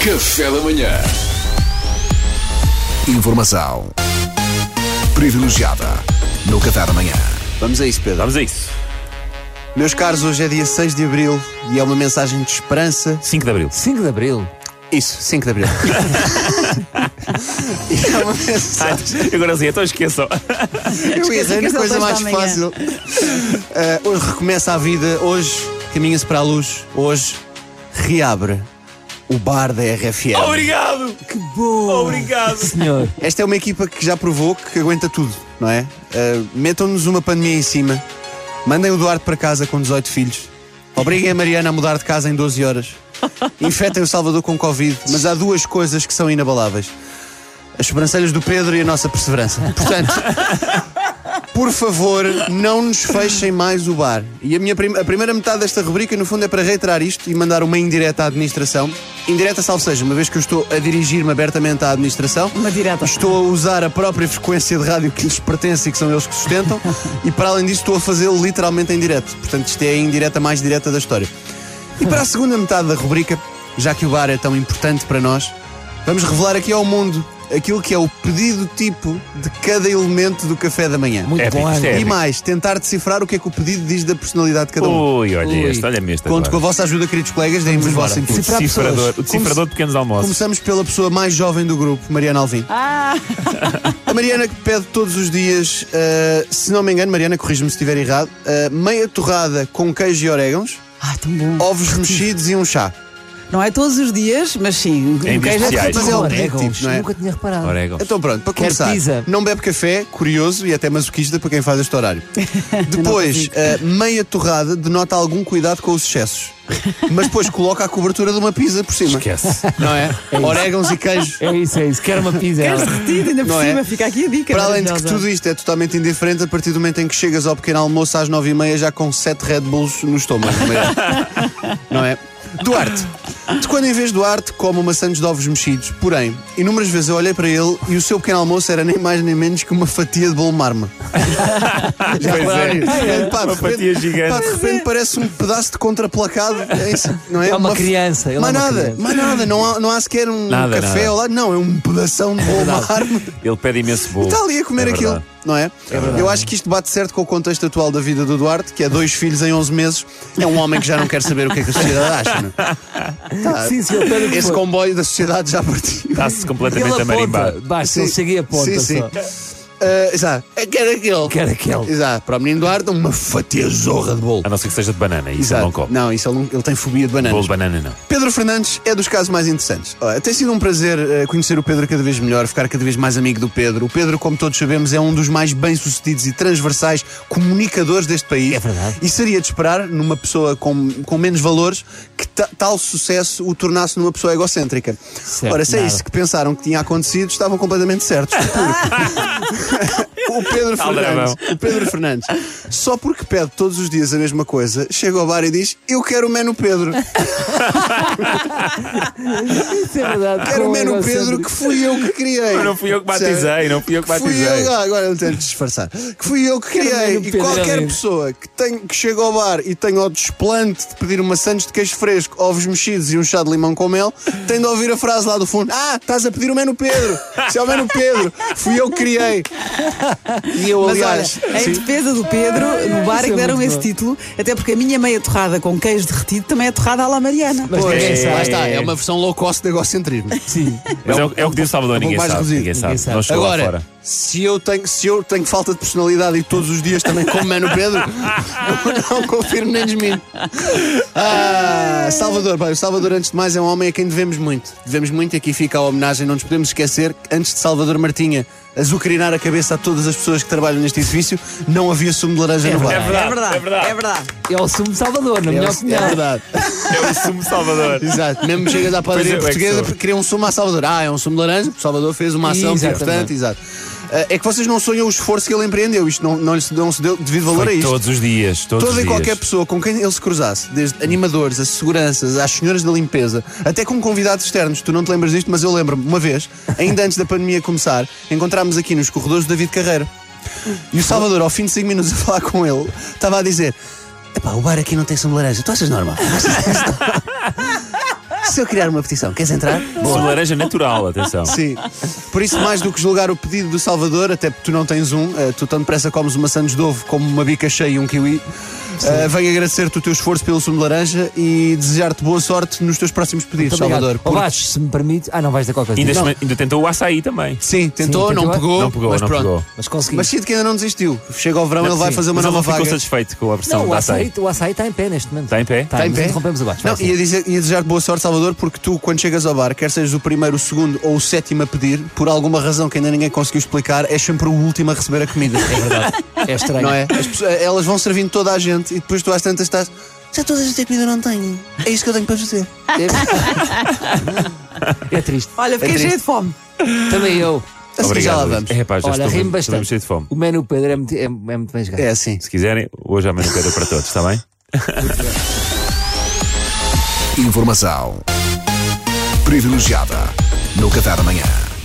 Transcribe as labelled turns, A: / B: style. A: Café da Manhã. Informação privilegiada no Café da Manhã.
B: Vamos a isso, Pedro.
C: Vamos a isso.
B: Meus caros, hoje é dia 6 de Abril e é uma mensagem de esperança.
C: 5 de Abril.
B: 5 de Abril? Isso, 5 de Abril. e é uma
C: Ai,
B: mensagem.
C: agora sim, então esqueçam.
B: Eu ia dizer
D: que são
B: coisa
D: dois
B: mais
D: da manhã.
B: fácil. Ah, hoje recomeça a vida, hoje caminha-se para a luz, hoje reabre o bar da RFM.
C: Obrigado! Que bom! Obrigado!
E: Senhor,
B: Esta é uma equipa que já provou que aguenta tudo, não é? Ah, Metam-nos uma pandemia em cima, mandem o Duarte para casa com 18 filhos, obriguem a Mariana a mudar de casa em 12 horas, infetem o Salvador com Covid, mas há duas coisas que são inabaláveis: as sobrancelhas do Pedro e a nossa perseverança. Portanto. Por favor, não nos fechem mais o bar. E a, minha prim- a primeira metade desta rubrica, no fundo, é para reiterar isto e mandar uma indireta à administração. Indireta, salvo seja, uma vez que eu estou a dirigir-me abertamente à administração.
D: Uma direta.
B: Estou a usar a própria frequência de rádio que lhes pertence e que são eles que sustentam. e para além disso, estou a fazê-lo literalmente em direto. Portanto, isto é a indireta mais direta da história. E para a segunda metade da rubrica, já que o bar é tão importante para nós, vamos revelar aqui ao mundo aquilo que é o pedido tipo de cada elemento do café da manhã.
E: muito
C: Épico,
E: bom
C: isto
E: ano.
C: é
B: E
C: épico.
B: mais, tentar decifrar o que é que o pedido diz da personalidade de cada um.
C: Ui, olha
E: Ui.
C: este, olha-me este.
B: Conto com a
C: agora.
B: vossa ajuda, queridos colegas, deem-me os
E: embora.
B: vossos inputs.
E: Decifrar
C: o decifrador,
E: pessoas.
C: o decifrador de pequenos almoços.
B: Começamos pela pessoa mais jovem do grupo, Mariana Alvim.
D: Ah,
B: A Mariana que pede todos os dias, uh, se não me engano, Mariana, corrige-me se estiver errado, uh, meia torrada com queijo e orégãos,
D: ah, tão bom.
B: ovos mexidos e um chá.
D: Não é todos os dias, mas sim. o
C: Em
D: queijo é
C: especiais.
B: Mas é o
E: Com
B: objetivo,
E: orégãos,
B: não é?
E: Nunca tinha reparado.
C: Orégãos.
B: Então pronto, para começar,
E: pizza?
B: não bebe café, curioso e até masoquista para quem faz este horário. Depois,
D: consigo.
B: eh, meia torrada denota algum cuidado com os excessos, mas depois coloca a cobertura de uma pizza por cima.
C: Esquece.
B: Não é? Orégãos e queijo.
E: É isso, é isso. Quero uma pizza.
D: Queres derretido, ainda
B: Não
D: por
B: é?
D: cima, fica aqui a dica.
B: Para além de que
D: maravilhosa.
B: tudo isto é totalmente indiferente, a partir do momento em que chegas ao pequeno almoço às nove e meia já com sete Red Bulls no estômago. Não é? Duarte. De quando em vez Duarte come maçãs de ovos mexidos, porém, inúmeras vezes eu olhei para ele e o seu pequeno almoço era nem mais nem menos que uma fatia de bolo marma.
C: Pois é. Uma fatia gigante.
B: Pá, de repente parece um pedaço de contraplacado. é isso, Não é?
E: É uma
B: f-
E: criança, ele é
B: Mas
E: uma
B: nada,
E: criança.
B: mas nada. Não há, não há sequer um
C: Nada,
B: café
C: nada.
B: ao lado. Não, é um pedação de bolo marma.
C: Ele pede imenso bolo.
B: Está ali a comer
C: É
B: aquilo,
C: verdade.
B: não é? eu acho que isto bate certo com o contexto atual da vida do Duarte, que é dois filhos em 11 meses. É um homem que já não quer saber o que é que a sociedade acha. não é? Tá,
E: Sim, senhor, pede o que
B: Esse
E: for.
B: comboio da sociedade já partiu.
C: Está-se
E: Ele
C: completamente a marimbar.
E: aponta. Basta, ele
B: Sim,
E: chega e aponta
B: sim, sim.
E: só.
B: Ah, exato. É que era aquele.
E: Quero aquele.
B: Exato. Para o menino Duarte, uma fatia zorra de bolo.
C: A não ser que seja de banana, isso ele
B: Exato.
C: não come.
B: Não, isso ele, não- ele tem fobia de bananas.
C: Bolo de banana não.
B: Pedro Fernandes é dos casos mais interessantes. Olha, tem sido um prazer eh, conhecer o Pedro cada vez melhor, ficar cada vez mais amigo do Pedro. O Pedro, como todos sabemos, é um dos mais bem-sucedidos e transversais comunicadores deste país.
E: É verdade.
B: E seria de esperar, numa pessoa com, com menos valores, que ta- tal sucesso o tornasse numa pessoa egocêntrica.
E: Certo,
B: Ora, se é
E: nada.
B: isso que pensaram que tinha acontecido, estavam completamente certos. porque o Pedro Fernandes,
C: Aldrabão.
B: o Pedro Fernandes, só porque pede todos os dias a mesma coisa, chega ao bar e diz: Eu quero o menu Pedro.
E: Isso é verdade.
B: Era o
E: Com
B: Menu
E: orégãos
B: Pedro que fui eu que criei.
C: Mas não fui eu que batizei, não fui eu que
B: Fui
C: batizei.
B: eu, ah, agora eu tento disfarçar. Que fui eu que criei.
E: Menu
B: E
E: Pedro,
B: qualquer
E: realmente.
B: pessoa que, tenha- que chega ao bar e tenha o desplante de pedir uma Santos de queijo fresco, ovos mexidos e um chá de limão com mel, tem de ouvir a frase lá do fundo: Ah, estás a pedir o Menu Pedro. Se é o Menu Pedro, fui eu que criei. é E eu,
D: Mas olha,
B: aliás.
D: em
B: sim. Ah,
D: defesa do Pedro, no bar é que deram esse título, até porque a minha meia torrada com queijo derretido também é torrada à la Mariana.
E: Mas
B: Pois,
E: ninguém
B: lá
E: sabe.
B: está, é uma versão low cost de egocentrismo.
E: Sim.
C: Mas é o, é o que diz o Salvador, ninguém
B: mais
C: sabe,
B: reduzido.
C: ninguém sabe.
E: Ninguém sabe.
C: Não chegou lá
B: Agora,
C: fora.
B: se eu, tenho, se eu tenho falta de personalidade e todos os dias também como Mano Pedro, não confirmo nem desminto. Ah, Salvador, pá, o Salvador, antes de mais, é um homem a quem devemos muito. Devemos muito e aqui fica a homenagem, não nos podemos esquecer, que antes de Salvador Martinha azucrinar a cabeça a todas as pessoas que trabalham neste edifício, não havia sumo de laranja no bar.
C: É verdade, é verdade.
D: é verdade.
E: É o sumo de Salvador, na
B: É,
E: minha
B: é
E: opinião.
B: verdade.
C: É o sumo Salvador.
B: Exato. Mesmo chegas à
C: Pois é,
B: padaria
C: é que
B: portuguesa,
C: sou.
B: queria um sumo a Salvador. Ah, é um sumo de laranja, porque o Salvador fez uma ação que é
E: Exatamente.
B: importante, exato. Ah, É que vocês não sonham o esforço que ele empreendeu, isto não, não, lhe se- não se deu devido valor a
C: Foi
B: isto.
C: Todos os dias, todos os
B: Toda e
C: dias.
B: qualquer pessoa com quem ele se cruzasse, desde animadores, a seguranças, às senhoras da limpeza, até com convidados externos, tu não te lembras disto, mas eu lembro-me, uma vez, ainda antes da pandemia começar, encontrámos aqui nos corredores o David Carreiro. E o Salvador, ao fim de 5 minutos a falar com ele, estava a dizer: Epá, o bar aqui não tem sumo de laranja, tu achas normal? se eu criar uma petição, queres entrar?
C: Sou laranja natural, atenção.
B: Sim. Por isso, mais do que julgar o pedido do Salvador, até porque tu não tens um, eh, tu tão depressa comes uma sandes de ovo como uma bica cheia e um kiwi. eh, venho agradecer-te o teu esforço pelo sumo de laranja e desejar-te boa sorte nos teus próximos pedidos, Salvador.
E: Ou
B: porque-
E: baixo, se me permite. Ah, não vais dar qualquer coisa.
C: Ainda, ainda tentou o açaí também.
B: Sim, tentou,
E: Sim,
B: não,
E: tentou.
B: pegou,
C: Não pegou,
B: mas
C: não
B: pronto.
C: pegou.
E: Mas consegui.
B: Mas sinto que ainda não desistiu. Chega ao verão,
C: Não,
B: ele vai
C: sim,
B: fazer uma
C: mas ele
B: nova
C: não ficou
B: vaga.
C: satisfeito com a versão
E: não, o
C: da
E: açaí,
C: açaí.
E: o açaí está em pé neste momento.
C: Está Tá em pé?
E: Está,
B: Está em
E: mas
B: pé?
E: Tá interrompemos abaixo.
B: Não, ia, dizer- ia desejar boa sorte, Salvador, porque tu, quando chegas ao bar, quer sejas o primeiro, o segundo ou o sétimo a pedir, por alguma razão que ainda ninguém conseguiu explicar, és sempre o último a receber a comida.
E: É verdade. É estranho.
B: não é? As pessoas- elas vão servindo toda a gente e depois tu às tantas estás. Já toda a gente tem comida, eu não tenho. É isto que eu tenho para fazer.
E: É triste.
D: Olha, fiquei
B: triste.
D: cheia de fome.
E: Também eu.
B: A seguir Assim, já lá
C: Luís.
B: vamos.
C: É, pá, já
E: Olha,
C: estou, mesmo-
E: rimo bastante.
C: estou mesmo cheio de fome.
E: O menu Pedro é muito, é, é muito bem jogado.
B: É assim.
C: Se quiserem, hoje à meia queda para todos, está bem?
A: Informação privilegiada no Café da Manhã.